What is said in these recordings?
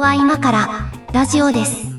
は今からラジオです。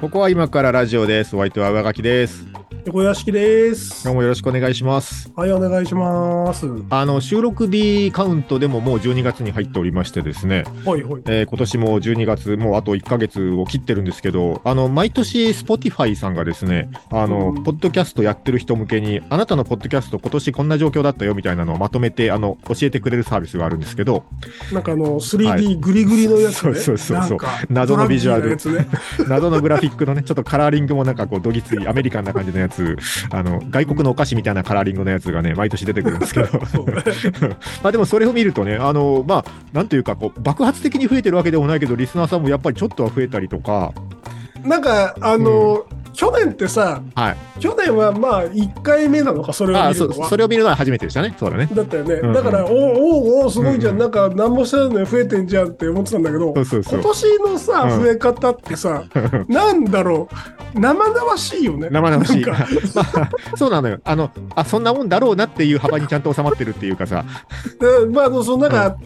ここは今からラジオです。お相手は上書きです。横屋敷です今日。もよろしくお願いします。はい、お願いします。はあの、収録 D カウントでももう12月に入っておりましてですね、いはい。えー今年も12月、もうあと1ヶ月を切ってるんですけど、あの、毎年 Spotify さんがですね、あの、ポッドキャストやってる人向けに、あなたのポッドキャスト今年こんな状況だったよみたいなのをまとめて、あの、教えてくれるサービスがあるんですけど、なんかあの、はい 3D グリグリのやつそね。うそうそうそうなんか謎のビジュアルドラッキーなやつね。 謎のグラフィックのね、ちょっとカラーリングもなんかこう、どぎつい、アメリカンな感じのやつ、あの、外国のお菓子みたいなカラーリングのやつが ね、毎年出てくるんですけど、 そうねまあでもそれを見るとね、あの、まあ、なんというか、こう、爆発的に増えてるわけでもないけど、リスナーさんもやっぱりちょっとは増えたりとか、なんか、あの、去年ってさ、はい。去年はまあ、1回目なのか、それをああ、見るそのう、はそ。れを見るのは初めてでしたね。そうだね。だったよね。うんうんだから、おーおーおーすごいじゃん。うんなんか、なんもしてないのに増えてんじゃんって思ってたんだけどそ、うそうそ今う。年のさ、うん増え方っ てさ、なんだろう、生々しいよね。生々しい。 まなんかあ、 そうなのよ。あの、あ、そんなもんだろうなっていう幅にちゃんと収まってるっていうかさ、でまああのそのなんか、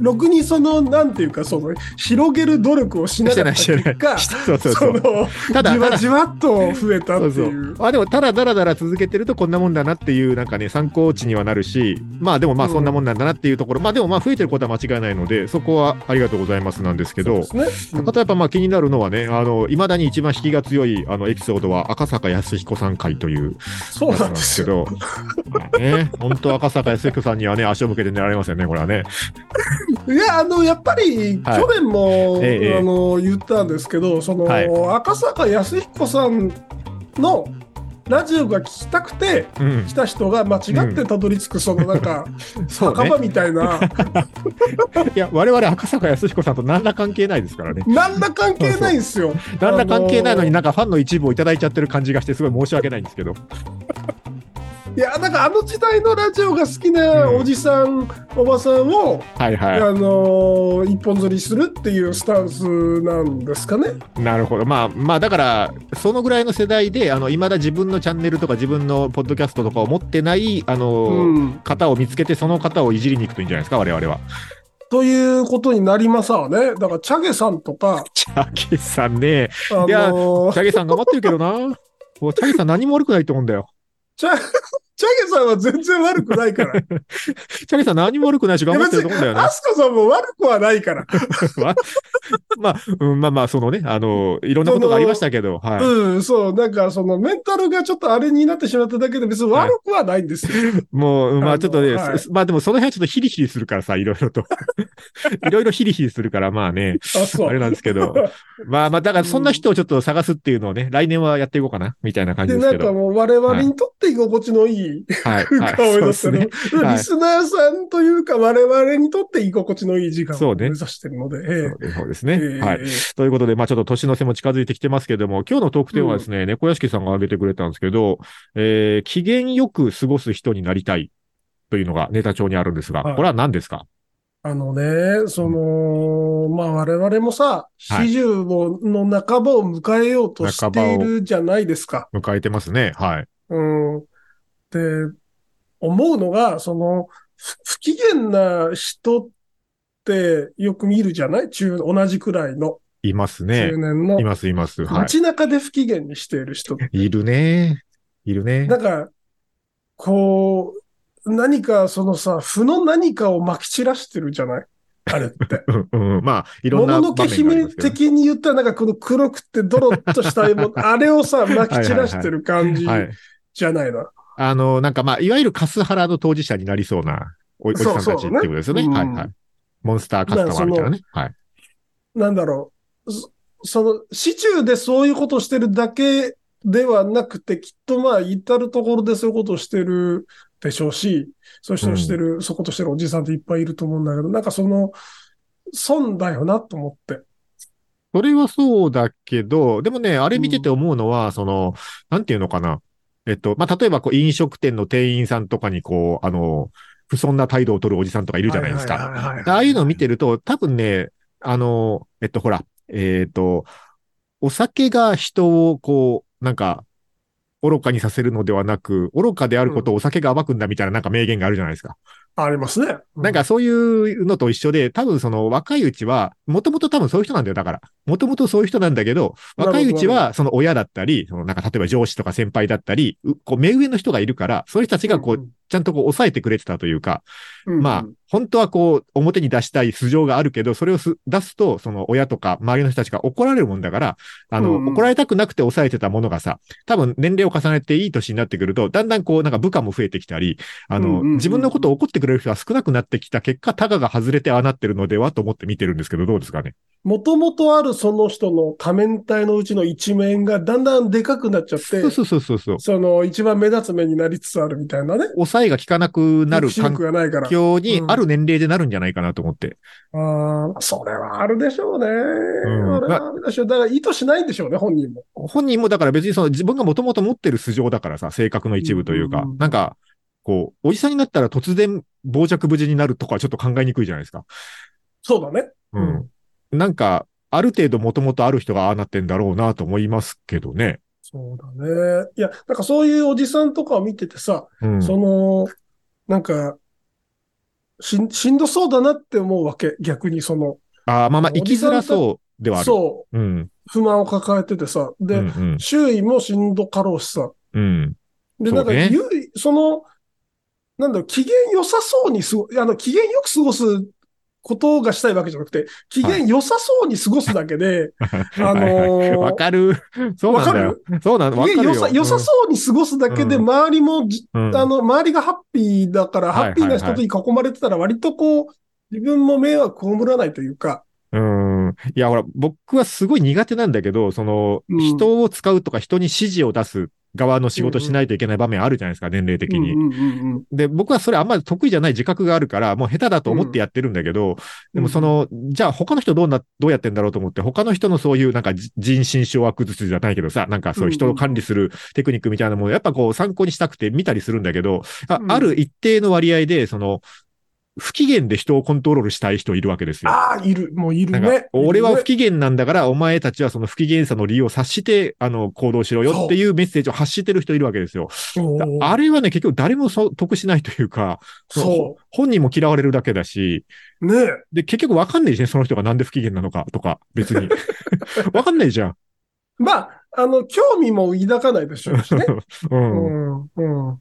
ろくにそのなんていうかその広げる努力をしなしかてったないしてな結い。果そうそうそ。そうのただじわじわっと増えたっそてうそいうう。あでもただだらだら続けてるとこんなもんだなっていうなんかね参考値にはなるしまあでもまあうんそんなもんなんだなっていうところ、まあでもまあ増えてることは間違いないのでそこはありがとうございますなんですけど。そうですねあとやっぱまあ気になるのはね、あの、未だに一番引きが強いあのエピソードは赤坂康彦さん会というそうなんですけよど、まあね、本当赤坂康彦さんにはね、足を向けて寝られますよね、これはね。いやあのやっぱりはい去年も、ええええあの言ったんですけどその、はい赤坂康彦さんのラジオが聞きたくてうん来。た人が間違ってたどり着く、そのなんか、 そう墓ね場。みたい な、いや、我々赤坂康彦さんと何ら関係ないですからね。なんら関係ないんですよ。何ら関係ないのになんかファンの一部をいただいちゃってる感じがして、すごい申し訳ないんですけど。いやなんかあの時代のラジオが好きなうんおじさん、おばさんを、はいはい。あのー一本釣りするっていうスタンスなんですかね。なるほど。まあ、まあ、だから、そのぐらいの世代で、あの、いまだ自分のチャンネルとか自分のポッドキャストとかを持ってない、あの、うん、方を見つけて、その方をいじりに行くといいんじゃないですか、我々は。ということになりますわね。だからチャゲさんとか、チャゲさんね。あのいやーチャゲさん頑張ってるけどな。もうチャゲさん何も悪くないと思うんだよ。チャ チャゲさんは全然悪くないから。チいャゲさん何も悪くないし 頑や張ってると別思うんだよに、ねア。スカさんも悪くはないから。わまあ、うん、まあまあ、そのね、あの、いろんなことがありましたけど、はい。うん、そう、なんかそのメンタルがちょっとあれになってしまっただけで別に悪くはない んですよ。もう、うんまああのちょっとね、はいすまあでもその辺はちょっとヒリヒリするからさ、いろいろ と。いろいろヒリヒリするから、まあね。あ、そあれう。なんですけど。まあまあ、だからそんな人をちょっと探すっていうのをね、来年はやっていこうかな、みたいな感じでで、すなけんど。かもう我々にとって居心地のいいはい。はい、顔そうでだったすの、ね。はいリスナーさんというか、我々にとって居心地のいい時間そをうね目指してるので、えそうですえね。はえい。えということで、まあちょっと年の瀬も近づいてきてますけども、今日のトークテーマはですね、猫屋敷さんが挙げてくれたんですけど、えー、機嫌よく過ごす人になりたいというのがネタ帳にあるんですが、はいこれは何ですかあのね、その、まあ我々もさ、はい四十をの半ばを迎えようとしているじゃないですか。迎えてますね。はい。うん。で、思うのが、その、ふ不機嫌な人ってよく見るじゃない中、同じくらいの、いますね中。年のい。ます、います。はい。街中で不機嫌にしている人っているね。いるね。なんか、こう、何かそのさ、負の何かをまき散らしてるじゃないあれって。うんうんうん。まあ、 いろもんなの場面がのあけりま姫すけどね。的に言ったら、なんかこの黒くてドロッとした ものあれをさ、まき散らしてる感じはい。じゃないの。あの、なんかまあ、いわゆるカスハラの当事者になりそうなおおじさんたちそうってそいううことですよね。ねはいうんはい。モンスターカスタマーみたいなね。はい。なんだろう。そその、市中でそういうことしてるだけではなくて、きっとまあ、至るところでそういうことしてるでしょうし、そういう人をしてる、そういうことしてるおじさんっていっぱいいると思うんだけど、なんかその、損だよなと思って。それはそうだけど、でもね、あれ見てて思うのは、その、なんていうのかな。えっと、まあ、例えばこう飲食店の店員さんとかにこう、あの、不遜な態度を取るおじさんとかいるじゃないですか。ああいうのを見てると、多分ね、あの、えっと、ほら、えっと、お酒が人をこう、なんか、愚かにさせるのではなく、愚かであることをお酒が暴くんだみたいななんか名言があるじゃないですか。ありますね。なんかそういうのと一緒で、多分その若いうちは、もともと多分そういう人なんだよ、だから。もともとそういう人なんだけど、若いうちはその親だったり、そのなんか例えば上司とか先輩だったり、うこう目上の人がいるから、そういう人たちがこう、ちゃんとこう抑えてくれてたというか、うん、うんまあ、本当はこう、表に出したい素性があるけど、それをす出すと、その親とか周りの人たちが怒られるもんだから、あの、うんうん怒られたくなくて抑えてたものがさ、多分年齢を重ねていい年になってくると、だんだんこう、なんか部下も増えてきたり、あうんうんの、うんうん自分のことを怒ってくれる人が少なくなってきた結果、タガが外れてああなってるのではと思って見てるんですけど、どうですかね。もともとあるその人の多面体のうちの一面がだんだんでかくなっちゃってそう、そうそうそうそう。その一番目立つ面になりつつあるみたいなね。抑えが効かなくなる抑止力環がないから。境にある年齢でなるんじゃないかなと思って。ああ、それはあるでしょうね。んそれはあるでしょう。だから意図しないんでしょうね、本人も。本人もだから別にその自分がもともと持ってる素性だからさ、性格の一部といううかんうんうん、なんか、こう、おじさんになったら突然傍若無事になるとかはちょっと考えにくいじゃないですか。そうだね。うん。なんか、ある程度もともとある人がああなってんだろうなと思いますけどね。そうだね。いや、なんかそういうおじさんとかを見ててさ、うん。その、なんか、しん、しんどそうだなって思うわけ。逆にその、あーまあまあ、生きづらそうではある。。そうん。う、不満を抱えててさ、うで、ん。周囲もしんどかろうしさ、うん。で、そなうんか、ねゆい、その、なんだろう、機嫌良さそうに過ご、あの、機嫌よく過ごすことがしたいわけじゃなくて、機嫌良さそうに過ごすだけで、あの はいはいーわかる。 そうなんだよ。そうなんだ。わ機か嫌るよ。良さ、良さそうに過ごすだけで、うん周りもじ、うん。うんあの、周りがハッピーだかはら、いハッピーなは人いはに囲まれてたら、割とこう、自分も迷惑を被らないというか、うん。いや、ほら、僕はすごい苦手なんだけど、その、うん人を使うとか人に指示を出す側の仕事しないといけない場面あるじゃないですか、年齢的に。うんうんうんうんで、僕はそれあんまり得意じゃない自覚があるから、もう下手だと思ってやってるんだけど、でもそ、の、じゃあ他の人どうな、どうやってんだろうと思って、他の人のそういうなんかじ人心掌握術じゃないけどさ、なんかそういう人を管理するテクニックみたいなものをやっぱこう参考にしたくて見たりするんだけど、あうんある一定の割合で、その、不機嫌で人をコントロールしたい人いるわけですよ。ああ、いる、もういるなんねか。、俺いはるね不機嫌なんだから、お前たちはその不機嫌さの理由を察して、あの、行動しろよっていうメッセージを発してる人いるわけですよ。だおーあれはね、結局誰もそう得しないというか、そ本人も嫌われるだけだし、う。ねえ。で、結局わかんないしね、その人がなんで不機嫌なのかとか、別 に。わかんないじゃん。まあ、あの、興味も抱かないでしょうしね。 うん。うんうん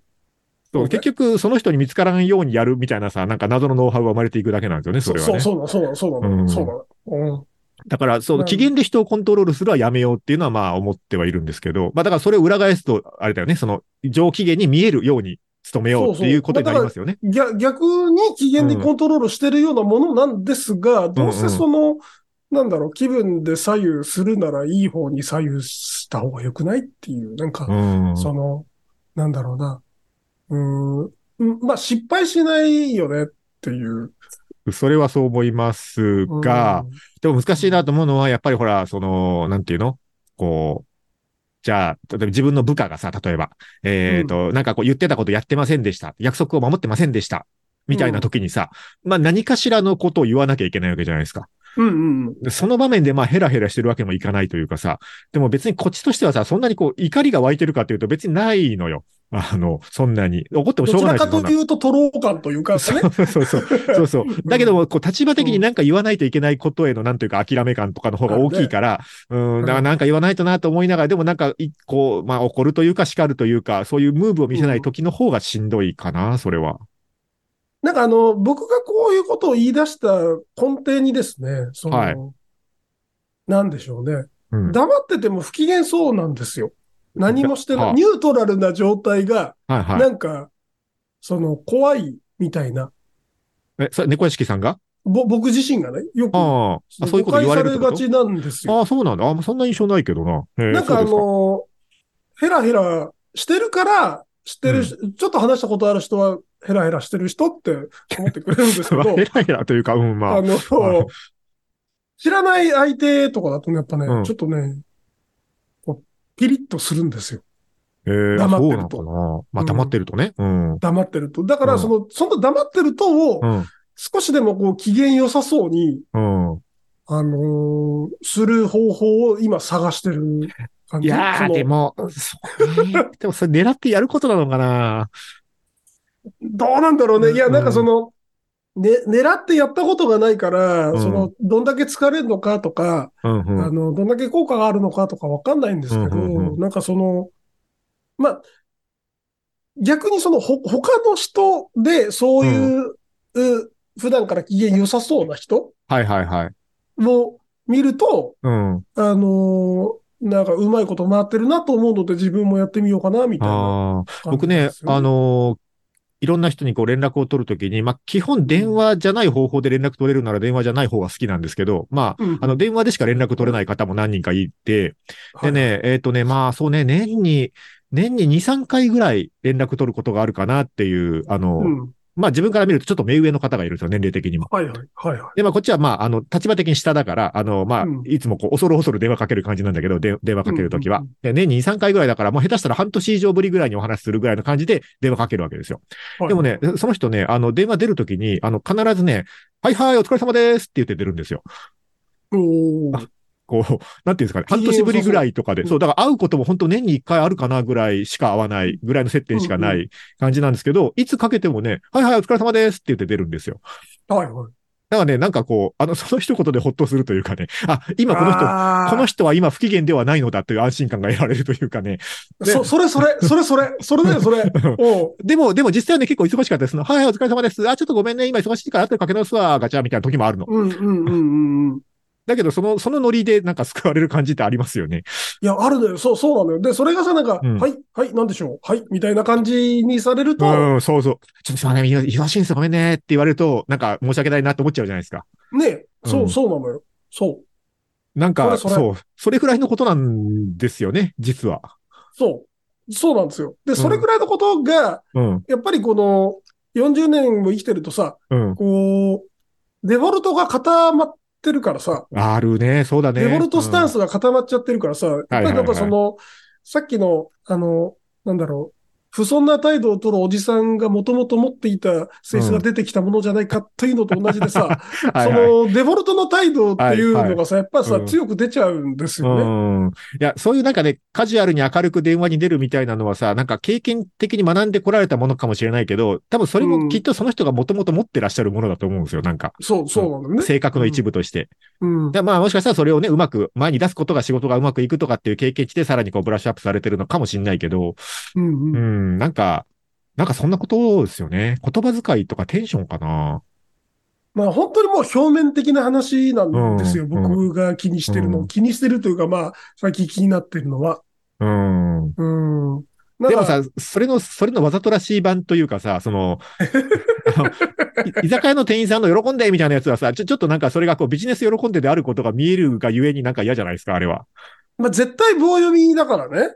そう結局、その人に見つからんようにやるみたいなさ、なんか謎のノウハウが生まれていくだけなんですよね、それはね。そうそうそうなの、そうなうの、んそうなの、そうなの。だから、そなのる機嫌で人をコントロールするはやめようっていうのはまあ思ってはいるんですけど、まあだからそれを裏返すと、あれだよね、その上機嫌に見えるように努めようっていうことになりますよね。うん逆逆に機嫌でコントロールしてるようなものなんですが、どうせその、なんだろう、気分で左右するならいい方に左右した方が良くないっていう、なんか、うん。その、なんだろうな。うーんうん、まあ、失敗しないよねっていう。それはそう思いますうんが、、でも難しいなと思うのは、やっぱりほら、その、なんていうのこう、じゃあ、例えば自分の部下がさ、例えば、えっ、と、なんかこう言ってたことやってませんでした。約束を守ってませんでした。みたいな時にさ、まあ何かしらのことを言わなきゃいけないわけじゃないですか。うんうんうん。でその場面でまあヘラヘラしてるわけにもいかないというかさ、でも別にこっちとしてはさ、そんなにこう怒りが湧いてるかというと別にないのよ。あの、そんなに。怒ってもどしょうちがならいしかとそんないうと、トロー感という かね。そうそうそう。そうそう。だけども、こう、立場的になんか言わないといけないことへの、なんというか、諦め感とかの方が大きいから、うん、だからなんか言わないとなと思いながら、でもなんか、いこう、まあ、怒るというか、叱るというか、そういうムーブを見せない時の方がしんどいかな、それは。なんかあの、僕がこういうことを言い出した根底にですね、その、はいなんでしょうね。うん。黙ってても不機嫌そうなんですよ。何もしてはない。あニュートラルな状態が、はいはい。なんか、その、怖いみたいな。え、それ、猫屋敷さんがぼ、僕自身がね、よく、ああ、あそういうこと言われるって誤こ解されがちなんですとよ。ああ、そうなんだ。あそんな印象ないけどな。へえなんかそあうの、ヘラヘラしてるから、知ってるし、ちょっと話したことある人は、ヘラヘラしてる人って思ってくれるんですけですか どヘ、ラヘラというか、うん、まああ。の、はい知らない相手とかだとね、やっぱね、うんちょっとね、こうピリッとするんですよ。ええ黙ってそうるなのとかな。まうあ、ん黙ってるとね。うん。うん。黙ってると。だから、うんその、その黙ってるとを、少しでもこう、機嫌良さそうに、うん。あのーする方法を今探してる感いじやそー、のでも、そうね。でもそれ狙ってやることなのかなどうなんだろうね。いや、うんなんかその、ね、狙ってやったことがないから、うんその、どんだけ疲れるのかとか、うんうん。あの、どんだけ効果があるのかとかわかんないんですけど、うんうんうなんかその、まあ、逆にその、ほ、他の人で、そういう、う普段から機嫌良さそうな人はいはいはい。を見ると、うん。ああのーなんかうまいこと回ってるなと思うので自分もやってみようかな、みたいなあー。感僕じでねす、よ。あのーいろんな人にこう連絡を取るときに、まあ、基本電話じゃない方法で連絡取れるなら電話じゃない方が好きなんですけど、まうんあ、あの、電話でしか連絡取れない方も何人かいて、はでいね、えっ、とね、まあ、そうね、年に、年に2、3回ぐらい連絡取ることがあるかなっていう、あの、うん。まあ、自分から見るとちょっと目上の方がいるんですよ、年齢的にも。はいはい、はいはい。で、まあ、こっちは、まあ、あの、立場的に下だから、あの、まあうん、いつもこう、恐る恐る電話かける感じなんだけど、で電話かけるときは、うんうんで年に2、3回ぐらいだから、もう下手したら半年以上ぶりぐらいにお話しするぐらいの感じで電話かけるわけですよ。はいでもね、その人ね、あの、電話出るときに、あの、必ずね、はいはい、お疲れ様ですって言って出るんですよ。おーこう、なんていうんですかね、半年ぶりぐらいとかで、うんそう、だから会うことも本当年に1回あるかなぐらいしか会わないぐらいの接点しかない感じなんですけど、いつかけてもね、はいはい、お疲れ様ですって言って出るんですよ。はいはい。だからね、なんかこう、あの、 その一言でほっとするというかね、あ、今この人、あーこの人は今不機嫌ではないのだという安心感が得られるというかね。ねそ、それそれ、それそれ、それだよ、そ れ。おうでも、でも実際はね、結構忙しかったですの。はいはい、お疲れ様です。あ、ちょっとごめんね、今忙しいから後でかけ直すわ、ガチャみたいな時もあるの。うんうんうんうんうん。だけど、その、そのノリでなんか救われる感じってありますよね。いや、あるのよ。そう、そうなのよ。で、それがさ、なんか、うんはい、はい、なんでしょう。はい、みたいな感じにされると、うん、そうそう。ちょっとすいません、今忙しいんですよ、ごめんねって言われると、なんか申し訳ないなって思っちゃうじゃないですか。ね、そうう、んそうなのよ。そう、なんか、それそそう、それくらいのことなんですよね、実は。そう、そうなんですよ。で、それくらいのことが、うん、やっぱりこの、40年も生きてるとさ、うん。こう、デフォルトが固まってるからさ、あるね、そうだね。デフォルトスタンスが固まっちゃってるからさ、やっぱりなんかその、さっきの、あの、なんだろう、不遜な態度を取るおじさんがもともと持っていた性質が出てきたものじゃないかというのと同じでさ、うん、 はいそはいのデフォルトの態度っていうのがさ、やっぱさ、うん強く出ちゃうんですよね。うん。いや、そういうなんかね、カジュアルに明るく電話に出るみたいなのはさ、なんか経験的に学んでこられたものかもしれないけど、多分それもきっとその人がもともと持ってらっしゃるものだと思うんですよ、なんか。そう、そうなのね。性格の一部として。うん。でまあもしかしたらそれをね、うまく前に出すことが仕事がうまくいくとかっていう経験値でさらにこうブラッシュアップされてるのかもしれないけど、うんううんん、なんか、なんかそんなことですよね。言葉遣いとかテンションかな。まあ本当にもう表面的な話なんですよ。うん僕が気にしてるうの。ん気にしてるというか、まあ、最近気になってるのは。うん。うん。なんでかもさ、それの、それのわざとらしい版というかさ、その、あのい居酒屋の店員さんの喜んでみたいなやつはさ、ちょ、ちょっとなんかそれがこうビジネス喜んでであることが見えるがゆえになんか嫌じゃないですか、あれは。 まあ絶対棒読みだからね。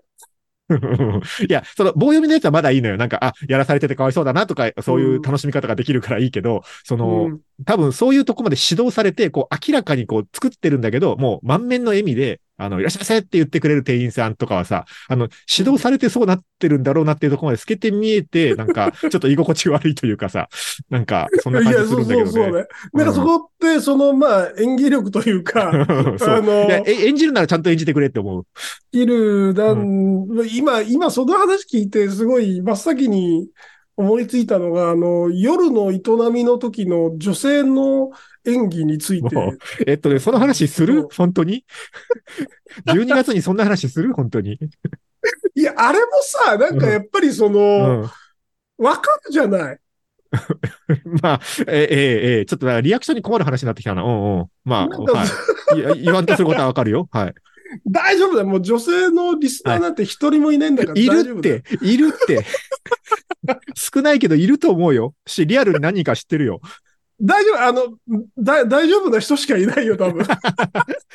いや、その棒読みのやつはまだいいのよ。なんか、あ、やらされててかわいそうだなとか、そういううん楽しみ方ができるからいいけど、その、うん多分そういうとこまで指導されて、こう明らかにこう作ってるんだけど、もう満面の笑みで、あの、いらっしゃいませって言ってくれる店員さんとかはさ、あの、指導されてそうなってるんだろうなっていうとこまで透けて見えて、なんか、ちょっと居心地悪いというかさ、なんか、そんない感や、じすそるうんだけそうどそうね。ね。なんかそこって、その、まあ、演技力という か、そあう。いやの、え演じるならちゃんと演じてくれって思う。いるなん、今、今その話聞いて、すごい真っ先に思いついたのが、あの、夜の営みの時の女性の演技について、もうえっとね、その話すそるう本当に ?12 月にそんな話する本当に。いや、あれもさ、なんかやっぱりそうの、ん。わ、かるじゃない。 まあ、ええええちょっとなんかリアクションに困る話になってきたな。うんうん。まなあ、んかはい。いや言わんとすることはわかる よ。はい。大丈夫だよ。もう女性のリスナーなんて一人もいないんだからい大丈る夫っだよ。て、いるって。 少ないけどいると思うよ。し、リアルに何人か知ってるよ。大丈夫、あの、だ、大丈夫な人しかいないよ、多 分。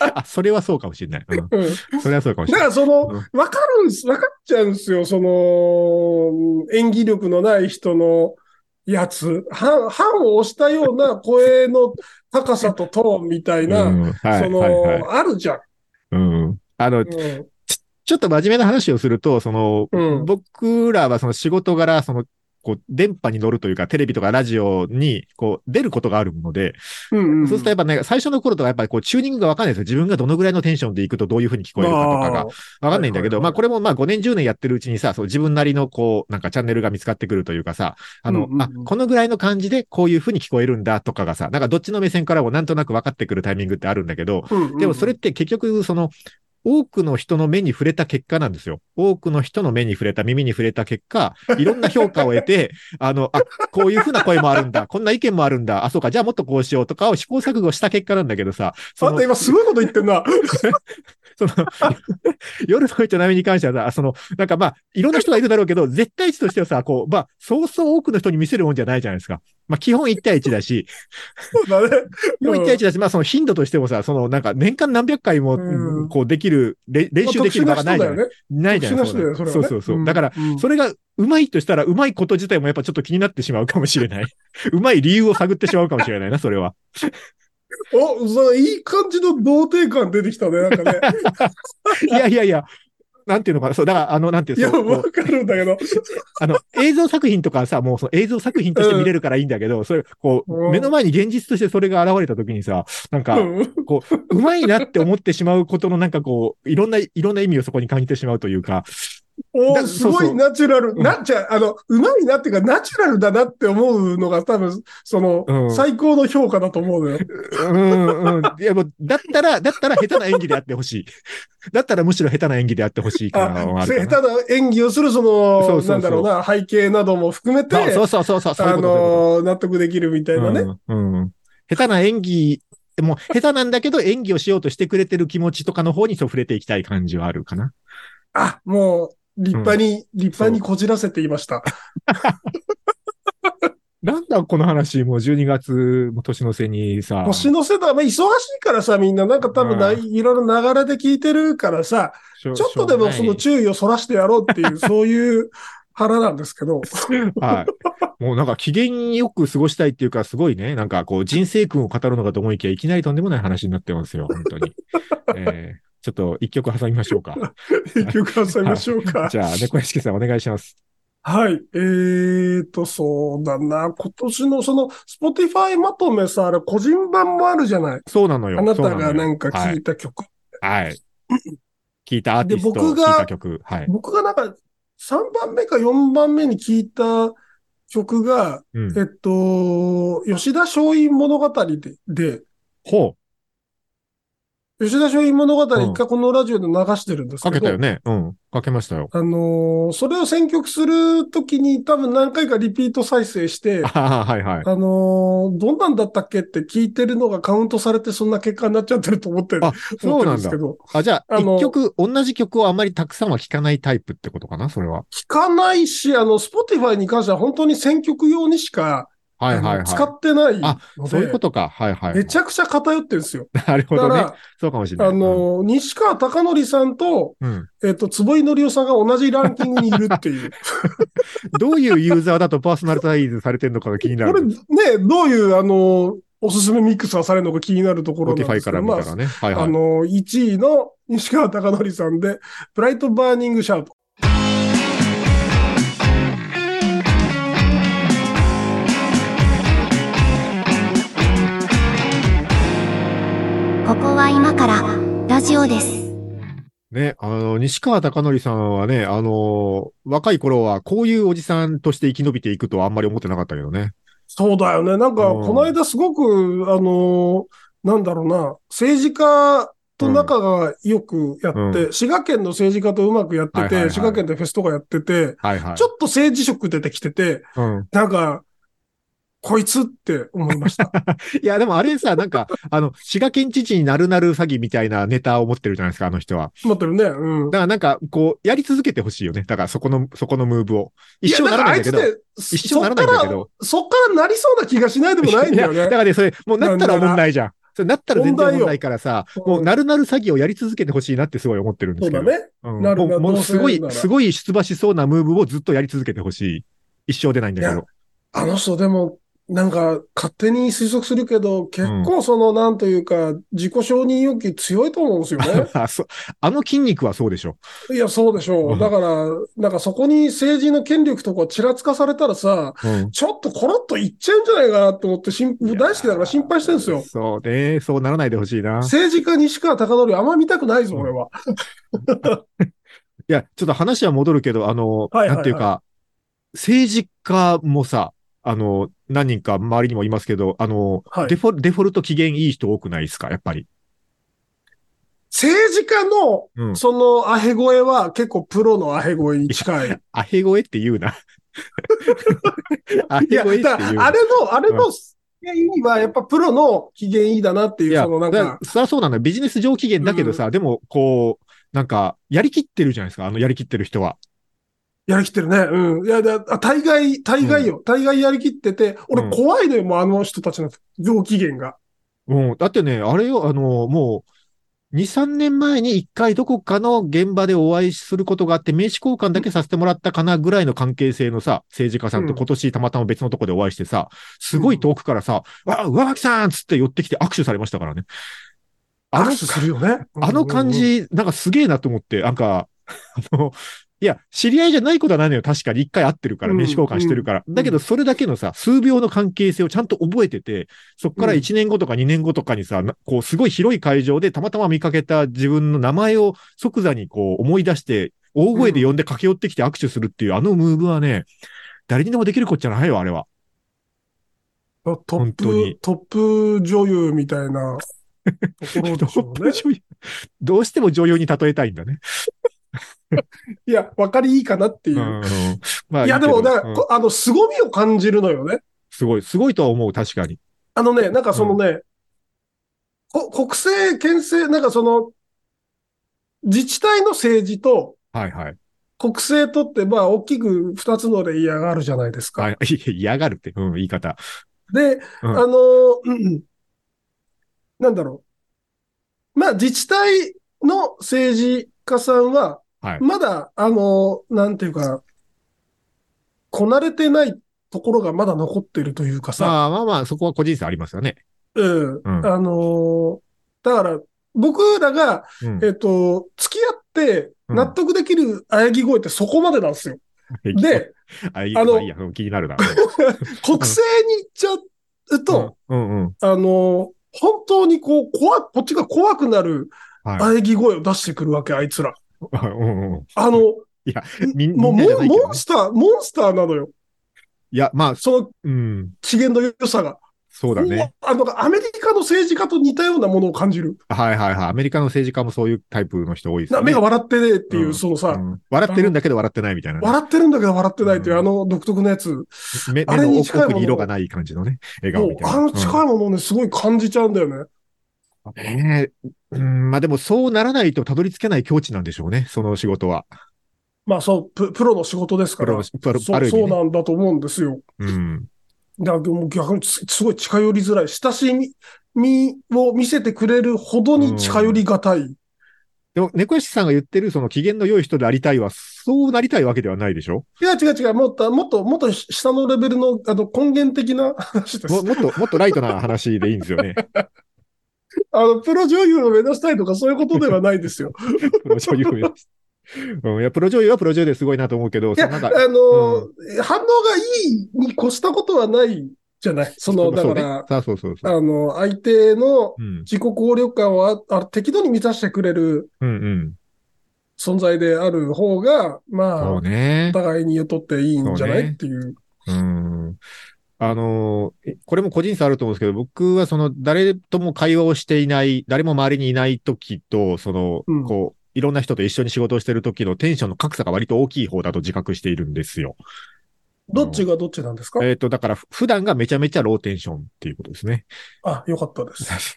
あ、それはそうかもしれない。ううんん。それはそうかもしだれかない。らその、うんわかるんです、わかっちゃうんですよ、その、演技力のない人のやつ。半、半を押したような声の高さとトーンみたいな、うん、はい、その、はい、はい。あるじゃん。うん。あの、うんちょっと真面目な話をすると、その、うん僕らはその仕事柄、その、こう、電波に乗るというか、テレビとかラジオに、こう、出ることがあるので、うんうん。そうするとやっぱね、最初の頃とかやっぱりこう、チューニングがわかんないですよ。自分がどのぐらいのテンションで行くとどういう風に聞こえるかとかがあーわかんないんだけど、はいはいはいまあこれもまあ5年10年やってるうちにさ、そう自分なりのこう、なんかチャンネルが見つかってくるというかさ、あの、うんうんうんあ、このぐらいの感じでこういう風に聞こえるんだとかがさ、なんかどっちの目線からもなんとなく分かってくるタイミングってあるんだけど、うんうんうんでもそれって結局その、多くの人の目に触れた結果なんですよ。多くの人の目に触れた、耳に触れた結 果、いろんな評価を得て、あの、あ、こういうふうな声もあるんだ、こんな意見もあるんだ、あ、そうか、じゃあもっとこうしようとかを試行錯誤した結果なんだけどさ、そあんのた今すごいこと言ってんな。その、 夜の営みに関してはさ、その、なんかまあ、いろんな人がいるだろうけど、絶対値としてはさ、こう、まあ、そうそう多くの人に見せるもんじゃないじゃないですか。まあ、基本1対1だし、そうだね。基本1対1だし、まあ、その頻度としてもさ、その、なんか年間何百回もう、んこう、できる、れ練習できる場がないじゃない,、まあ特殊な人だよね。ないじゃないです特殊なか。人だよねそうそうそう。だから、、それれがうまいとしたら、うまいこと自体もやっぱちょっと気になってしまうかもしれない。 うまい理由を探ってしまうかもしれないな、それは。は。うんお、それいい感じの童貞感出てきたね、なん かね。いやいやいや、なんていうのかな。そう、だから、あの、なんていういや、そうこうわかるんだけど。あの、映像作品とかさ、もうその映像作品として見れるからいいんだけど、それ、こうう、ん目の前に現実としてそれが現れた時にさ、なんか、うんこう、うまいなって思ってしまうことのなんかこう、いろんな、いろんな意味をそこに感じてしまうというか、だお、すそうごそういナチュラル。んなっちゃ、あの、うまいなっていうか、ナチュラルだなって思うのが多分、その、うん最高の評価だと思うのよ。うん、うん。いや、もう、だったら、だったら下手な演技であってほしい。 だったらむしろ下手な演技であってほしいからはあ、ある下手かな。な演技をする、そそうそうの、そうなんだろうな、背景なども含めて、そうそうそうそうそう、そういうあことそういうこと。の、納得できるみたいなね。うんうん下手な演技、もう下手なんだけど演技をしようとしてくれてる気持ちとかの方にそう触れていきたい感じはあるかな。あ、もう、立派に、立派にこじらせていました。なんだこの話、もう12月も年の瀬にさ。年の瀬だ、まあ、忙しいからさ、みんな、なんか多分な、うんいろいろ流れで聞いてるからさ、ちょちょっとでもそのし注意をそらしてやろうっていう、そういう腹なんですけど。ょうがないはい。もうなんか機嫌よく過ごしたいっていうか、すごいね、なんかこう人生訓を語るのかと思いきや、いきなりとんでもない話になってますよ、本当 に。えーちょっと一曲挟みましょうか。 結局挟みましょうか。じゃあ、猫屋敷さんお願いします。はい。えーと、そうだな。今年のその、Spotify まとめさ、あれ、個人版もあるじゃない。そうなのよ。あなたそうのがよなんかは聞いいた曲。 はい。聞いたアーティスト、で僕が聞いた曲。はい。僕がなんか、3番目か4番目に聞いた曲が、うんえっと、吉田松陰物語で、で、ほ吉田松陰物語一回このラジオで流してるんでう。すかけけたど、よね。うん。かけましたよ。あのーそれを選曲するときに多分何回かリピート再生して、ああ、はいはい。あのーどんなんだったっけって聞いてるのがカウントされてそんな結果になっちゃってると思ってる。あ、そうなん思だってる。んですあ、じゃあ、あの一曲、同じ曲をあんまりたくさんは聴かないタイプってことかなそれは。けど。聞かないし、あの、Spotify に関しては本当に選曲用にしか、はいはいあはのい。使ってないのであ、そういうことか。はいはい。めちゃくちゃ偏ってるんですよ。 なるほだかどね。ら、そうかもしれない。あのー西川貴教さんと、うん、うんえっと、坪井則夫さんが同じランキングにいるっていう。どういうユーザーだとパーソナルサイズされてるのかが気に なこれる。ね、どういう、あの、おすすめミックスがされるのか気になるところなん Spotify ですからけど、見たまらあ、ね。はいはあい。の、1位の西川貴教さんで、ブライトバーニングシャウト。ここは今からラジオです。ね、あの、西川貴教さんはね、あのー若い頃はこういうおじさんとして生き延びていくとはあんまり思ってなかったけどね。そうだよね。なんか、うんこの間すごく、あの、なんだろうな、政治家と仲がよくやって、うんう滋賀県の政治家とうまくやってて、はいはいはい滋賀県でフェスとかやってて、はいはい。ちょっと政治色出てきてて、うん。なんか、こいつって思い ました。いや、でもあれさ、 なんか、あの、滋賀県知事になるなる詐欺みたいなネタを持ってるじゃないですか、あの人は。思ってるね。うんだ。からなんか、こう、やり続けてほしいよね。だからそこの、そこのムーブを。一生やならないんだけど。んかあいつね一生ならないんだけど。そっからなりそうな気がしないでもないんだよいやだからね。ね、それ、もうなったらおもんないじゃん。それなったら全然おもんないからさ、問題よもうなるなる詐欺をやり続けてほしいなってすごい思ってるんですそうけど。だね。うんなるなもうもどのうせすごやいるな、らすごい出馬しそうなムーブをずっとやり続けてほしい。一生出ないんだけいやど。あの人でも、なんか勝手に推測するけど、結構その、なんというか、自己承認欲求強いと思うんですよね。 あそあの筋肉はそうでしょ。いや、そうでしょうんう。だから、なんかそこに政治の権力とかちらつかされたらさ、うんちょっとコロッといっちゃうんじゃないかなと思って心、大好きだから心配してるんですよ。そうね。そうならないでほしいな。政治家西川貴則あんま見たくないぞ、俺は。いや、ちょっと話は戻るけど、あの、はいはいはいなんていうか、政治家もさ、あの、何人か周りにもいますけど、あの、はいデフォデフォルト機嫌いい人多くないですか、やっぱり。政治家の、うん。そのアヘ声は結構プロのアヘ声に近い。アヘ声って言う な。アいヘや、声ってだか言うらな。あれの、あれの、意味はやっぱプロの機嫌いいだなっていいう、や、そのなんだからか、そりゃそうなのよビジネス上機嫌だけどさ、でも、こう、なんか、やりきってるじゃないですか、あの、やりきってる人は。やりきってるね。うん。いや、だあ大概、大概よ。大概やりきってて、う俺ん怖いのよ、もうあの人たちの上機嫌が。うん。だってね、あれよ、あの、もう、2、3年前に1回どこかの現場でお会いすることがあって、名刺交換だけさせてもらったかなぐらいの関係性のさ、政治家さんうとん今年たまたま別のとこでお会いしてさ、すごい遠くからさ、わ、上脇さんっつって寄ってきて握手されましたからね。あの握手するよね。あの感じ、なんかすげえなと思って、なんか、あの、いや、知り合いじゃないことはないのよ。確かに一回会ってるから、うん名刺交換してるから。だけど、それだけのさ、数秒の関係性をちゃんと覚えてて、そっからうん1年後とか2年後とかにさ、なこう、すごい広い会場でたまたま見かけた自分の名前を即座にこう思い出して、大声で呼んで駆け寄ってきて握手するっていう、あのムーブはね、誰にでもできることじゃないよ、あれは。うん。ト本ッ当にプ、トップ女優みたい なところトでッ しょうプね。女優どうしても女優に例えたいんだね。いや、わかりいいかなっていうう。ん まあいや、けでども、だかうらんこあの、凄みを感じるのよね。すごい、すごいとは思う、確かに。あのね、なんかそのね、こ国政、県政、なんかその、自治体の政治とはいはい。国政とって、まあ、大きく二つのレイヤーがあるじゃないですか。あい嫌がるって、うん、言い方。で、うんあの、うんうんなんだろう。まあ、自治体の政治家さんは、はいまだ、あの、なんていうか、こなれてないところがまだ残ってるというかさ、まあまあまあ、そこは個人差ありますよね。うん、うんあの、だから、僕らが、うんえっと、付き合ってうん納得できる喘ぎ声ってそこまでなんですよ。 で、あ、いいあのまあいいや、うん気になる な。国政に行っちゃうと、うん、うん うん。あの、本当にこう、怖くこっちが怖くなるはい。喘ぎ声を出してくるわけ、あいつら。うんうん。あの、いや、みんもう、みんなじゃモないけどねンモンスター、モンスターなのよ。いや、まあ、そのうん、機嫌の良さが。そうだね。あの、アメリカの政治家と似たようなものを感じる。はいはいはい。アメリカの政治家もそういうタイプの人多いですなよ目ねが。笑ってねえっていう、うんそのさ、うん笑ってるんだけど笑ってないみたいなね。笑ってるんだけど笑ってないっていう、うんあの独特のやつ。目目あれのに近いもの奥に色がない感じのね、笑顔もうみ、たいあな。の近いものをね、すごい感じちゃうんだよね。うんねえうんまあでも、そうならないとたどり着けない境地なんでしょうね、その仕事は。まあそう、ププロの仕事ですプからロの、プロそあるう意味そうね。なんだと思うんですよ。うん。だからもう逆にすすごい近寄りづらい。親しみみを見せてくれるほどに近寄りがたい。でも、猫屋敷さんが言ってる、その機嫌の良い人でありたいは、そうなりたいわけではないでしょいや、違う違う。もっと、もっと、もっと下のレベルの、あの、根源的な 話でもす。もっと、もっとライトな話でいいんですよ ね。あの、プロ女優を目指したいとか、そういうことではないですよ。プロ女優目指してうん、いや、プロ女優はプロ女優ですごいなと思うけど、いや、そあののなんか、反応がいいに越したことはないじゃない。その、だそうねから、さあ、そうそうそう。あの、相手のうん、自己効力感をああ適度に満たしてくれるうん、うん。存在である方が、まそあう、ねお。互いにとっていいんじゃなそうねいっていう。うん。あのー、えこれも個人差あると思うんですけど、僕はその、誰とも会話をしていない、誰も周りにいない時と、そのうん、こう、いろんな人と一緒に仕事をしてる時のテンションの格差が割と大きい方だと自覚しているんですよ。どっちがどっちなんですかえっ、と、だから、ふ普段がめちゃめちゃローテンションっていうことですね。あ、よかっ たです。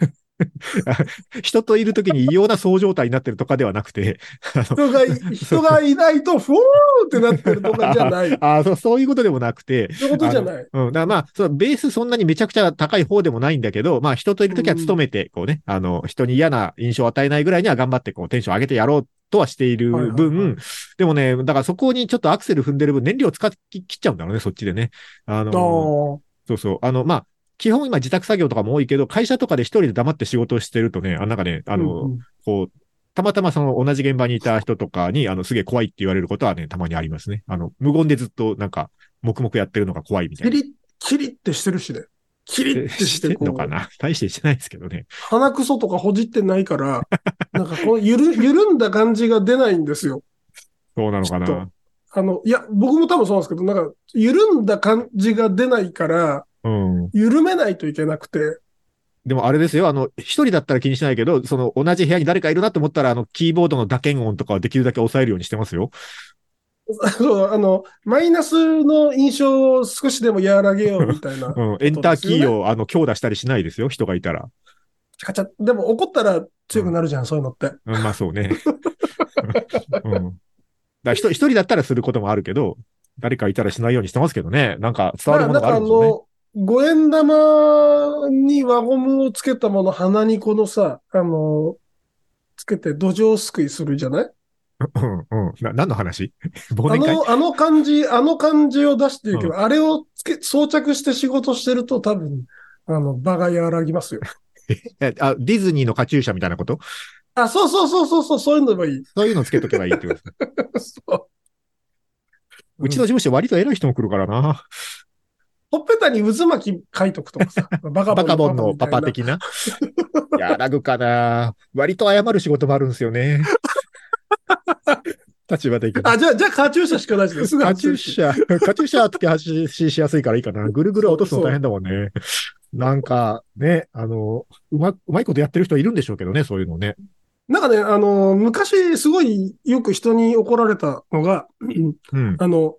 人といるときに異様なそう状態になってるとかではなくて、 人がい、人がいないと、ふおーってなってるとかじゃない。 ああ、そう、そういうことでもなくて、そういうことじゃない。うん、だからまあ、そのベースそんなにめちゃくちゃ高い方でもないんだけど、まあ人といるときは努めて、こうね、あの、人に嫌な印象を与えないぐらいには頑張って、こう、テンション上げてやろうとはしているはい分、はいはいでもね、だからそこにちょっとアクセル踏んでる分、燃料使い切っちゃうんだろうね、そっちでね。ああの、ーそうそう。あの、まあ、基本今自宅作業とかも多いけど、会社とかで一人で黙って仕事をしてるとね、あなんかね、あの、うんうんこう、たまたまその同じ現場にいた人とかに、あの、すげえ怖いって言われることはね、たまにありますね。あの、無言でずっとなんか、黙々やってるのが怖いみたキい な。リッ、キリッてしてるしね。キリッてししてて、んこのかう、な大してしてないですけどね。鼻くそとかほじってないから、 なんかこう、ゆる、緩んだ感じが出ないんですよ。そうなのかちょっなあの、いや、僕も多分そうなんですけど、なんか、緩んだ感じが出ないから、うん。緩めないといけなくて、でもあれですよ、あの、一人だったら気にしないけど、その同じ部屋に誰かいるなと思ったら、あの、キーボードの打鍵音とかはできるだけ抑えるようにしてますよ。そう、あの、マイナスの印象を少しでも和らげようみた いな。うん。エンターキーを、あの、強打したりしないですよ、人がいたら。カチャでも怒ったら強くなるじゃん、そういうのって。うん、まあそう ね。うん。だから一一人だったらすることもあるけど、誰かいたらしないようにしてますけどね。なんか伝わるものがあるんですよね。まあなんかあの、五円玉に輪ゴムをつけたもの、鼻にこのさ、あの、つけて土壌すくいするじゃないうんうん。な、何の話 忘あ年会の、あの感じ、あの感じを出していけば、あれをつけ、装着して仕事してると多分、あの、場が和ら ぎますよ。えあディズニーのカチューシャみたいなことあ、そうそうそうそうそう、そういうのもいい。 そういうのつけとけばいいってことですね。そううちの事務所割と偉い人も来るからな。ほっぺたに渦巻き書いとくとか さ、バカボンバカボンのパパみたいな的な。いや、ラグかな。割と謝る仕事もあるんですよ ね。立場的に。あ、じゃあ、じゃあ、カチューシャしかな いですね。すぐカチューシャ、カチューシャつけ発ししやすいからいいかな。ぐるぐる落とすの大変だもんね。なんか、ね、あの、うま、うまいことやってる人いるんでしょうけどね、そういうのね。なんかね、あの、昔すごいよく人に怒られたのが、うん。あの、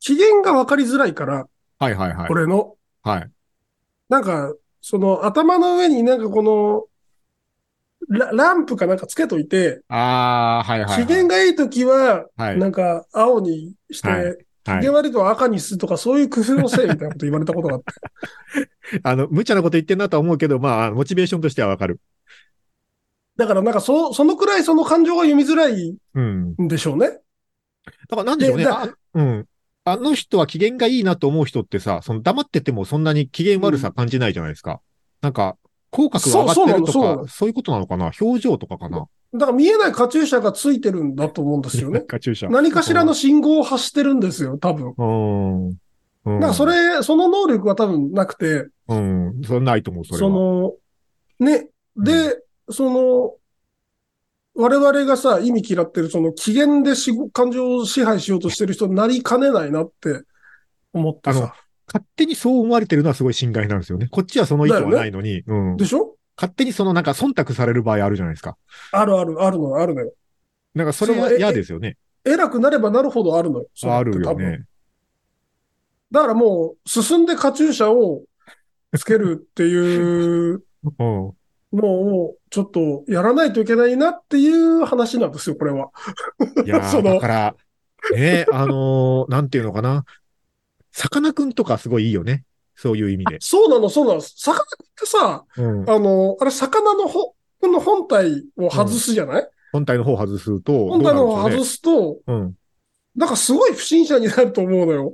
機嫌が分かりづらいから、はいはいはい。俺の、はい。なんか、その頭の上になんかこの、ラランプかなんかつけといて、ああ、はいはい、は機い。嫌がいいときは、はい。なんか青にして、はいは機い嫌。悪いと赤にするとか、そういう工夫をせいみたいなこと言われたことがあって。あの、無茶なこと言ってんなとは思うけど、まあ、モチベーションとしてはわかる。だからなんかそ、そのくらいその感情が読みづらいうん。んでしょうね。だからなんでしょうね。であうん。あの人は機嫌がいいなと思う人ってさ、その黙っててもそんなに機嫌悪さ感じないじゃないですか。なんか、口角が上がってるとか、そうそうなのそうなそういのうことなのかな表情とかかな。だから見えないカチューシャがついてるんだと思うんですよねカチューシャ何かしらの信号を発してるんですよ、多分。うん。うんなんかそ、れ、その能力は多分なくて、うん。それないと思う、それそは。の、ね、で、その、我々がさ、意味嫌ってる、その、機嫌でしご感情を支配しようとしてる人になりかねないなって思ってあのさ。勝手にそう思われてるのはすごい侵害なんですよね。こっちはその意図はないのに、うんで。しょ勝手にそのなんか忖度される場合あるじゃないですか。あるある、あるのよ、あるのよ。なんかそれはそのえ嫌ですよね。偉くなればなるほどあるのよ。それってあるよ多分ね。だからもう、進んでカチューシャをつけるっていううん。のを、ちょっとやらないといけないなっていう話なんですよ、これは。いや そーのだから、ね、あのーなんていうのかな。さかなクンとかすごいいいよね。そういう意味で。そうなの、そうなの。魚ってさ、うん。あの、あれ、魚のほ、この本体を外すじゃない、本体の方を外すと、どう本な体るのんでし方ょうね外すと、うん。なんかすごい不審者になると思うのよ。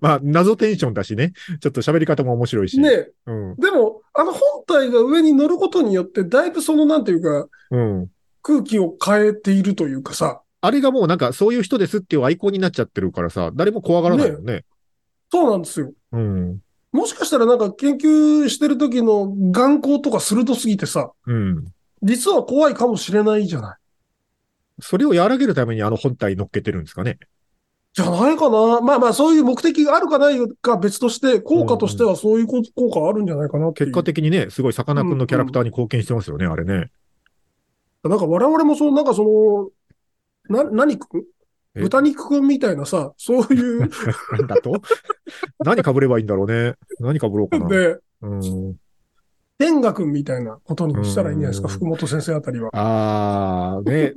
まあ、謎テンションだしね。ちょっと喋り方も面白いし。ねえうん。でも、あの本体が上に乗ることによって、だいぶその、なんていうか、うん。空気を変えているというかさ、あれがもうなんかそういう人ですっていうアイコンになっちゃってるからさ、誰も怖がらないよね。そうなんですよ。うん。もしかしたらなんか研究してる時の眼光とか鋭すぎてさ、うん。実は怖いかもしれないじゃない。それを和らげるためにあの本体乗っけてるんですかね。じゃないかな。まあまあ、そういう目的があるかないか別として、効果としてはそういうこ効果あるんじゃないかなっていう結果的にね、すごいさかなクンのキャラクターに貢献してますよね、あれね。なんか我々もその、なんかその、な、何くんえ豚肉くんみたいなさ、そういう なんだと何被ればいいんだろうね。何被ろうかんな。で、うん、天下くんみたいなことにしたらいいんじゃないですか、うん福本先生あたりは。あー、ね。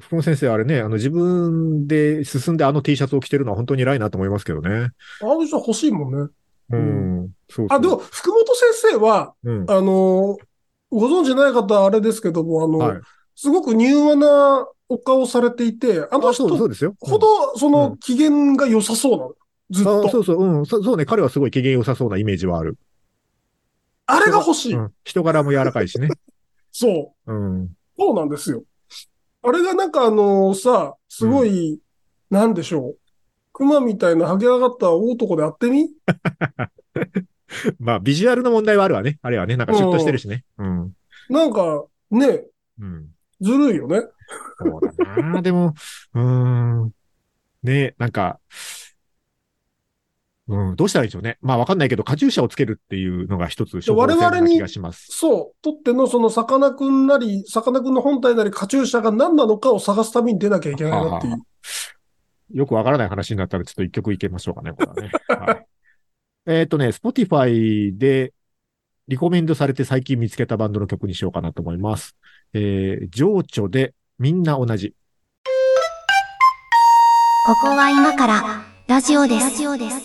福本先生、あれね、あの自分で進んであの T シャツを着てるのは本当に偉いなと思いますけどね。あの人欲しいもんね。うん。そうそうあ、でも、福本先生は、うん。あのーご存知ない方あれですけども、あの、はい。すごく柔和なお顔されていて、あのあそう人そうですよ。うんほど、そうんの、機嫌が良さそうなの。ずっあそと。うそう、うんそ。そうね、彼はすごい機嫌良さそうなイメージはある。あれが欲しい。うん。人柄も柔らかいし ね。そう。うん。そうなんですよ。あれがなんかあのさ、すごい、なんでしょう。熊みたいなハゲ上がった大男でやってみまあ、ビジュアルの問題はあるわね。あれはね、なんかシュッとしてるしね。うん。なんか、ね、うん。ずるいよね。そうだな。でも、うーん。ねなんか、うん、どうしたらいいでしょうね。まあ、わかんないけど、カチューシャをつけるっていうのが一つ、我々に気がします。そう。とってのその、さかなクンなり、さかなクンの本体なり、カチューシャが何なのかを探すために出なきゃいけないなっていう。よくわからない話になったら、ちょっと一曲いけましょうかね、これはね。はい、えっとね、Spotify で、リコメンドされて最近見つけたバンドの曲にしようかなと思います。えー、情緒で、みんな同じ。ここは今からラジオです。ラジオです。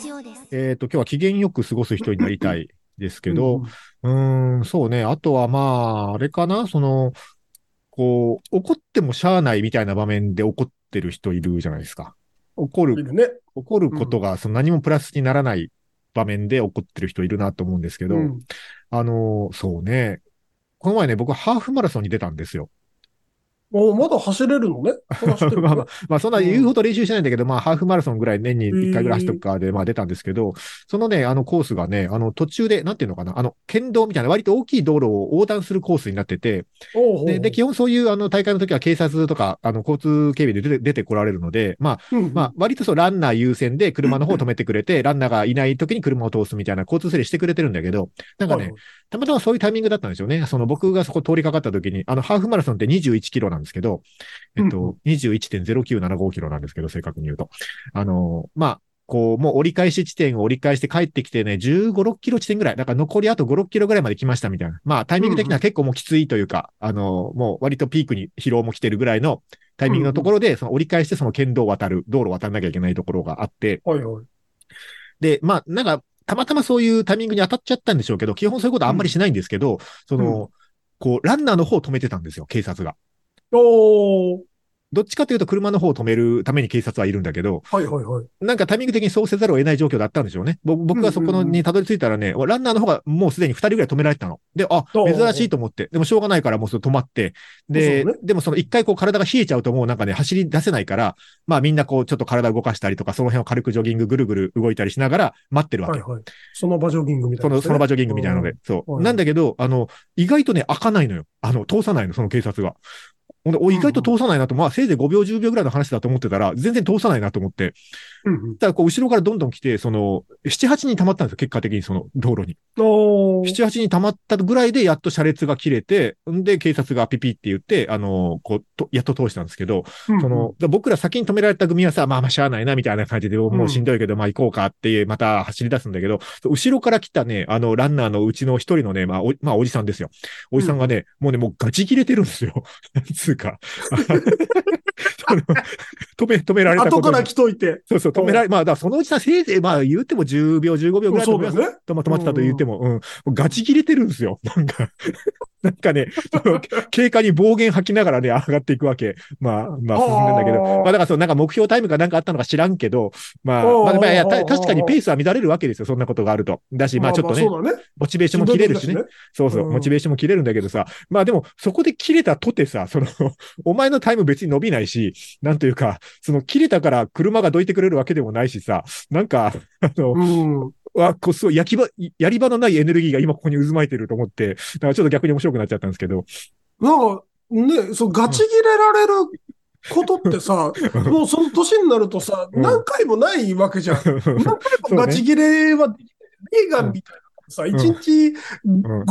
えっ、と、今日は機嫌よく過ごす人になりたいですけうどん、、うーん、そうね。あとはまあ、あれかなその、こう、怒ってもしゃあないみたいな場面で怒ってる人いるじゃないですか。怒いる、るね。怒ることが、その何もプラスにならない場面で怒ってる人いるなと思うんですけど、うんあの、そうね。この前ね、僕ハーフマラソンに出たんですよ。おまだ走れるの ね。まだ走ってるのまねあまあまあそんな言うほど練習してないんだけど、まあハーフマラソンぐらい年に1回ぐらい走っとくかで、まあ出たんですけど、そのね、あのコースがね、あの途中で、なんていうのかな、あの、県道みたいな割と大きい道路を横断するコースになってて、おうおうで、で、基本そういうあの大会の時は警察とか、あの、交通警備で出て出てこられるので、まあ、うんまあ、割とそう、ランナー優先で車の方を止めてくれ て、ランナーがいない時に車を通すみたいな交通整理してくれてるんだけど、なんかね、、たまたまそういうタイミングだったんですよね。その僕がそこ通りかかった時に、あの、ハーフマラソンって21キロなんですけど、えっうんうと、21.0975キロなんですけど、正確に言うと。あの、まあ、こう、もう折り返し地点を折り返して帰ってきてね、15、6キロ地点ぐらい。だから残りあと5、6キロぐらいまで来ましたみたいな。まあ、タイミング的には結構もうきついというか、あの、もう割とピークに疲労も来てるぐらいのタイミングのところで、その折り返してその県道を渡る、道路を渡らなきゃいけないところがあって、はいはい。で、まあ、なんか、たまたまそういうタイミングに当たっちゃったんでしょうけど、基本そういうことあんまりしないんですけど、その、こう、ランナーの方を止めてたんですよ、警察が。おーどっちかというと車の方を止めるために警察はいるんだけど、はいはいはい。なんかタイミング的にそうせざるを得ない状況だったんでしょうね。ぼ僕がそこうんうのんうんにたどり着いたらね、ランナーの方がもうすでに2人ぐらい止められてたの。で、あ、おうおう珍しいと思って。でもしょうがないからもうそれ止まって。で、そうねでもその一回こう体が冷えちゃうともうなんかね、走り出せないから、まあみんなこうちょっと体を動かしたりとか、その辺を軽くジョギングぐるぐる動いたりしながら待ってるわけはい。はい。その場ジョギングみたそいな、の、その場ジョギングみたいなので。そう。はいなんだけど、あの、意外とね、開かないのよ。あの、通さないの、その警察が。ほんで、お、んうん意外と通さないなと、まあ、せいぜい5秒、10秒ぐらいの話だと思ってたら、全然通さないなと思って。うんうん。ただ、こう、後ろからどんどん来て、その、7、8人溜まったんですよ、結果的に、その、道路に。おー7、8人溜まったぐらいで、やっと車列が切れて、んで、警察がピピって言って、あの、こう、とやっと通したんですけど、その、だから僕ら先に止められた組はさ、まあまあしゃあないな、みたいな感じで、もうしんどいけど、まあ行こうかっていう、また走り出すんだけど、後ろから来たね、あの、ランナーのうちの一人のね、まあお、まあおじさんですよ。おじさんがね、もうね、もうガチ切れてるんですよ。 なんつうか。その止め、止められたこと後にから来といて。そうそう、止められ、まあ、だからそのうちさ、せいぜい、まあ言っても10秒、15秒ぐらいだとそ思ういでますすね。止ま止まってたと言っても、うん、もうガチ切れてるんですよ。 なんか、なんかね、その経過に暴言吐きながらね、上がっていくわけ。まあ、まあ、進んでんだけど。あーまあ、だから、その、なんか目標タイムかなんかあったのか知らんけど、まあ、おーまあ、まあ、いや、おーたおー確かにペースは乱れるわけですよ。そんなことがあると。だし、まあ、ちょっとね、そうだね。モチベーションも切れるしね。。そうそう、うんモチベーションも切れるんだけどさ。まあでも、そこで切れたとてさ、その、 お前のタイム別に伸びないし、なんというか、その切れたから車がどいてくれるわけでもないしさ、なんか、あの、うん。わ、こう、すごい、焼き場、やり場のないエネルギーが今ここに渦巻いてると思って、なんかちょっと逆に面白くなっちゃったんですけど。 なんか、ね、そう、ガチ切れられることって さ、もうその年になるとさ、うん何回もないわけじゃん。何回そうもねガチ切れはできない。レーガンみたいな。さ、一日ん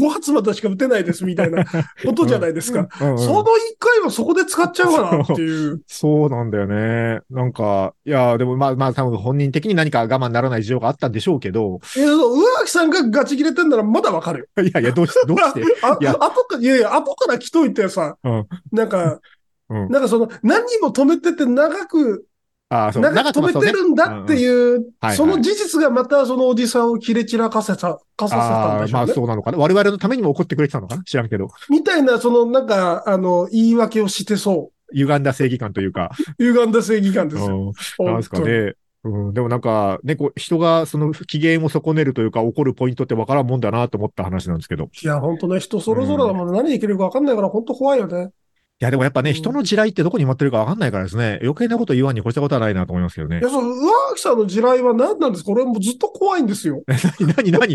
5発までしか打てないですみたいなことじゃないですか。うんうんその1回はそこで使っちゃうかなっていう。そうなんだよね。なんか、いや、でもまあまあ、多分本人的に何か我慢ならない事情があったんでしょうけど、 え、そう上脇さんがガチ切れてんならまだわかるよ。いやいや、どうしどう して、あいや後か、いやいや、後から来といてさ、うんなんか、うんなんかその、何人も止めてて長く、ああ、そう、長く止めてるんだってう。いうはいは、いその事実がまたそのおじさんを切れ散らかせた、かさせたんあであ、しまょうあね。そうなのかな。我々のためにも怒ってくれてたのかな知らんけど。みたいな、そのなんか、あの、言い訳をしてそ歪んだ正義感というか。 う。歪んだ正義感ですよ。うんなんですかね。うん、でもなんか、ね、こう、人がその機嫌を損ねるというか、怒るポイントってわからんもんだなと思った話なんですけど。いいや、本当ね、人それぞれだもん、何できるか分かんないから、本当怖いよね。や、でもやっぱね、うん人の地雷ってどこに埋まってるかわかんないからですね、余計なこと言わんに越したことはないなと思いますけど ねいや、。その、上脇さんの地雷は何なんですか俺もうずっと怖いんですよ。何、何、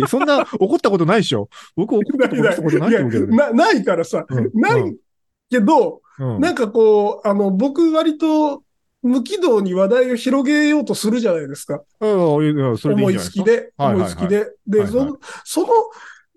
何、そんな怒ったことないでしょ僕怒ったことしたことないと思うけどね。なないからさ、うんないけど、うんなんかこう、あの、僕割と、無軌道に話題を広げようとするじゃないですか。うんいやそれでいい思んじゃないでいつすきか。で、はいはい思はいいつきで。で、はいはいその、その、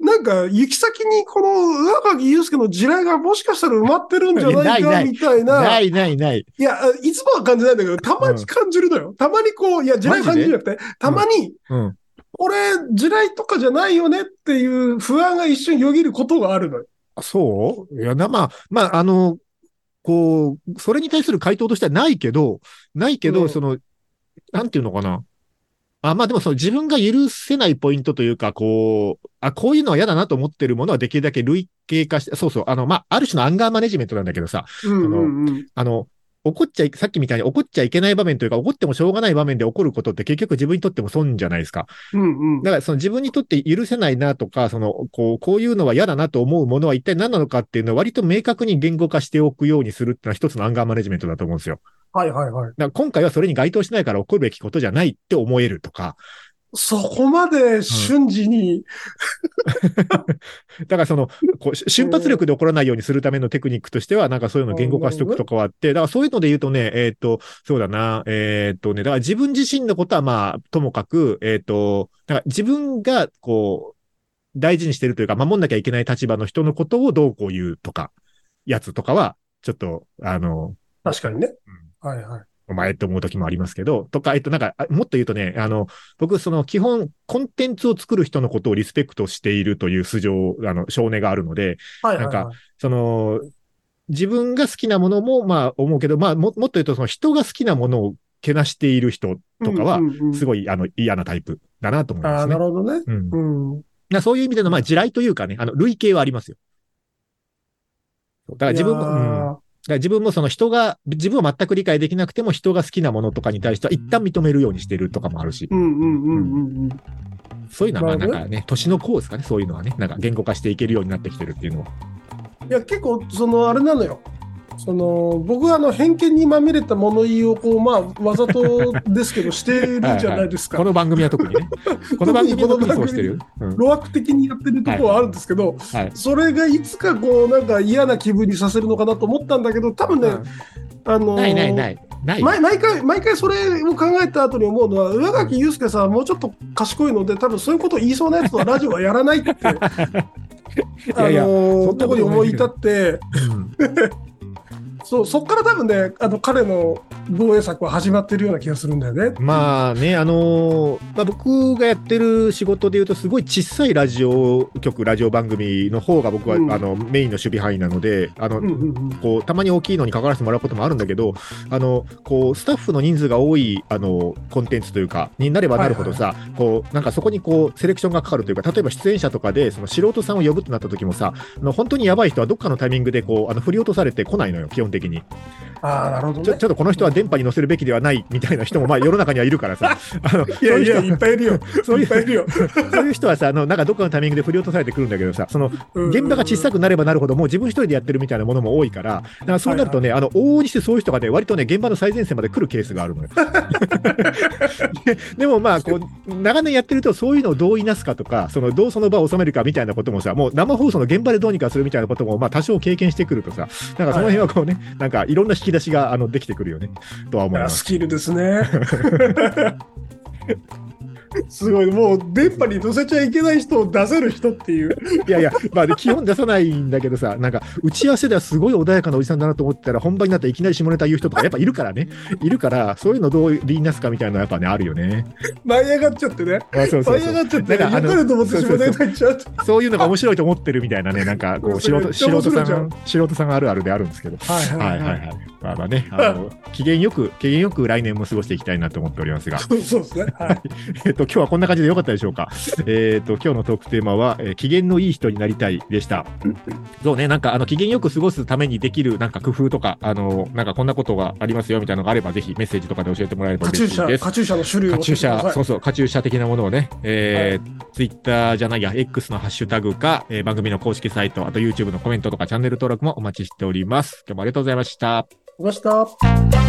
なんか、行き先にこの上垣祐介の地雷がもしかしたら埋まってるんじゃない なかいないみたいな。ないないない。いや、あいつもは感じないんだけど、たまに感じるのよ。たまにこう、いや、地雷マ感ジじでるんじゃなくて、たまに、うん。俺、地雷とかじゃないよねっていう不安が一瞬よぎることがあるのよ。あそういや、な、まあ、まあ、あの、こう、それに対する回答としてはないけど、ないけど、うんその、なんていうのかな。あ、まあでもその自分が許せないポイントというか、こう、あ、こういうのは嫌だなと思ってるものはできるだけ類型化して、そうそう、あの、まあ、ある種のアンガーマネジメントなんだけどさ、うんうんうん。あの、怒っちゃい、さっきみたいに怒っちゃいけない場面というか、怒ってもしょうがない場面で怒ることって結局自分にとっても損じゃないですか。うんうん。だからその自分にとって許せないなとか、その、こう、こういうのは嫌だなと思うものは一体何なのかっていうのを割と明確に言語化しておくようにするってのは一つのアンガーマネジメントだと思うんですよ。はいはいはい。だから今回はそれに該当しないから怒るべきことじゃないって思えるとか。そこまで瞬時に、だからその、こう、し瞬発力で怒らないようにするためのテクニックとしては、なんかそういうのを言語化しておくとかはあって、だからそういうので言うとね、えっ、と、そうだな、えっ、とね、だから自分自身のことはまあ、ともかく、えっ、と、だから自分が、こう、大事にしてるというか、守んなきゃいけない立場の人のことをどうこう言うとか、やつとかは、ちょっと、あの、確かにね。はいはい。お前って思う時もありますけど、とか、えっと、なんか、あもっと言うとね、あの、僕、その、基本、コンテンツを作る人のことをリスペクトしているという素性、あの、性根があるので、はいはい、はい。なんか、その、自分が好きなものも、まあ思うけど、まあももっと言うと、その人が好きなものをけなしている人とかはうん、うんうんすごい、あの、嫌なタイプだなと思いまあすあ、ねな。るほどね。うん、だかうん。らそういう意味での、まあ、地雷というかね、あの、類型はありますよ。だから自分も、いうんや。ーだから自分もその人が、自分を全く理解できなくても人が好きなものとかに対しては一旦認めるようにしてるとかもあるしう、んうんうんうんうん。そういうのはまあななるんほどかね、年の功ですかね、そういうのはね、なんか言語化していけるようになってきてるっていうのは。いや結構そのあれなのよその僕はあの偏見にまみれた物言いをこうまあわざとですけどしてるじゃないですか。この番組は特 にね。この番組は特にそうしてるよ。うん路悪的にやってるところはあるんですけど、はい。それがいつかこうなんか嫌な気分にさせるのかなと思ったんだけど多分ね、あのーないないない。ない。毎毎回毎回それを考えた後に思うのは上垣祐介さんはもうちょっと賢いので多分そういうことを言いそうなやつはラジオはやらないって あのやいやそーんなとこないことに思い至って。うんそう、そっから多分ね、あの彼の防衛策は始まってるような気がするんだよね。まあね、あのーまあ、僕がやってる仕事でいうと、すごい小さいラジオ局、ラジオ番組の方が僕は、うんあのメインの守備範囲なので、あの、うんうんうん。こうたまに大きいのに関わらせてもらうこともあるんだけど、あのこうスタッフの人数が多いあのコンテンツというか、になればなるほどさ、こうなんかそこにこうセレクションがかかるというか、例えば出演者とかでその素人さんを呼ぶとなった時もさ、あの本当にやばい人はどっかのタイミングでこうあの振り落とされてこないのよ、基本的に。ああ、なるほちどょねち。ょっとこの人は電波に乗せるべきではないみたいな人もまあ世の中にはいるから さ、あのいやいや、そういういっぱいいるよ。 そういういっぱいいるよ。人そういう人はさ、あのなんかどっかのタイミングで振り落とされてくるんだけどさ、その現場が小さく。くなればなるほど、もう自分一人でやってるみたいなものも多いから、だからそうなるとね、あの往々にしてそういう人がね、割とね、現場の最前線まで来るケースがあるのよ。ででもまあこう、長年やってると、そういうのをどういなすかとか、そのどうその場を収めるかみたいなこともさ、もう生放送の現場でどうにかするみたいなことも、まあ、多少経験してくるとさ、なんかその辺はこうね、なんかいろんな引き出しがあのできてくるよね、とは思いあまーす。スキルですね。すごい、もう電波に乗せちゃいけない人を出せる人っていう。いやいや、まあ、ね、基本出さないんだけどさ、なんか、打ち合わせではすごい穏やかなおじさんだなと思ってたら、本番になっていきなり下ネタ言う人とか、やっぱいるからね。いるから、そういうのどう言いなすかみたいなのやっぱね、あるよ ね。舞い上がっちゃってね。あそうそ舞ういそ上う。がっちゃって、なよんかあかのれと思って仕そうそう事そうに入っちゃうと。そういうのが面白いと思ってるみたい なね、なんか、こう、そ素れめ人、っちゃ面素人白いじさゃんん、素人さんあるあるであるんですけど。はいはいはいはい。まあまあね、 あの、機嫌よく、機嫌よく来年も過ごしていきたいなと思っておりますが、 そうそうですね。はい。えっと、今日日はこんな感じでよかったでしょうか。えっと、今日のトークテーマは、えー機嫌のいい人になりたいでした。そうね、なんか、あの、機嫌よく過ごすためにできる、なんか工夫とか、あの、なんかこんなことがありますよみたいなのがあれば、ぜひメッセージとかで教えてもらえればカチュ嬉しーシいでャ、す。カチューシャの種類をカ教えチューシてくャ、ださそ。いうそう、カチューシャ的なものをね、えーツイッターじゃないや、X のハッシュタグか、えー番組の公式サイト、あと YouTube のコメントとかチャンネル登録もお待ちしております。今日もありがとうございました。いました。 「